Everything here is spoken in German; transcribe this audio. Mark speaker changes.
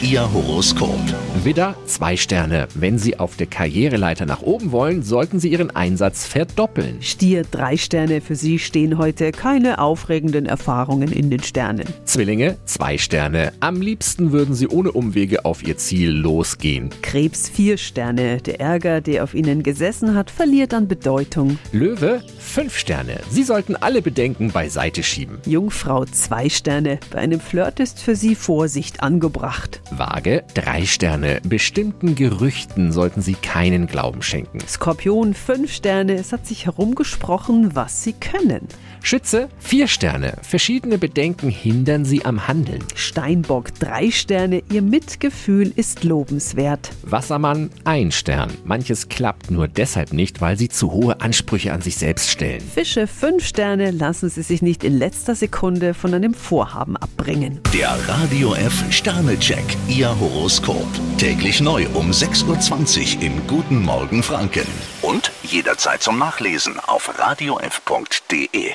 Speaker 1: Ihr Horoskop.
Speaker 2: Widder, zwei Sterne. Wenn Sie auf der Karriereleiter nach oben wollen, sollten Sie Ihren Einsatz verdoppeln.
Speaker 3: Stier, drei Sterne für Sie stehen heute keine aufregenden Erfahrungen in den Sternen.
Speaker 2: Zwillinge, zwei Sterne. Am liebsten würden Sie ohne Umwege auf Ihr Ziel losgehen.
Speaker 3: Krebs, vier Sterne. Der Ärger, der auf Ihnen gesessen hat, verliert an Bedeutung.
Speaker 2: Löwe, fünf Sterne. Sie sollten alle Bedenken beiseite schieben.
Speaker 3: Jungfrau, zwei Sterne. Bei einem Flirt ist für Sie Vorsicht angebracht.
Speaker 2: Waage, drei Sterne. Bestimmten Gerüchten sollten Sie keinen Glauben schenken.
Speaker 3: Skorpion, fünf Sterne. Es hat sich herumgesprochen, was Sie können.
Speaker 2: Schütze, vier Sterne. Verschiedene Bedenken hindern Sie am Handeln.
Speaker 3: Steinbock, drei Sterne. Ihr Mitgefühl ist lobenswert.
Speaker 2: Wassermann, ein Stern. Manches klappt nur deshalb nicht, weil Sie zu hohe Ansprüche an sich selbst stellen.
Speaker 3: Fische, fünf Sterne. Lassen Sie sich nicht in letzter Sekunde von einem Vorhaben abbringen.
Speaker 1: Der Radio F Sternecheck. Ihr Horoskop. Täglich neu um 6.20 Uhr im Guten Morgen Franken. Und jederzeit zum Nachlesen auf radiof.de.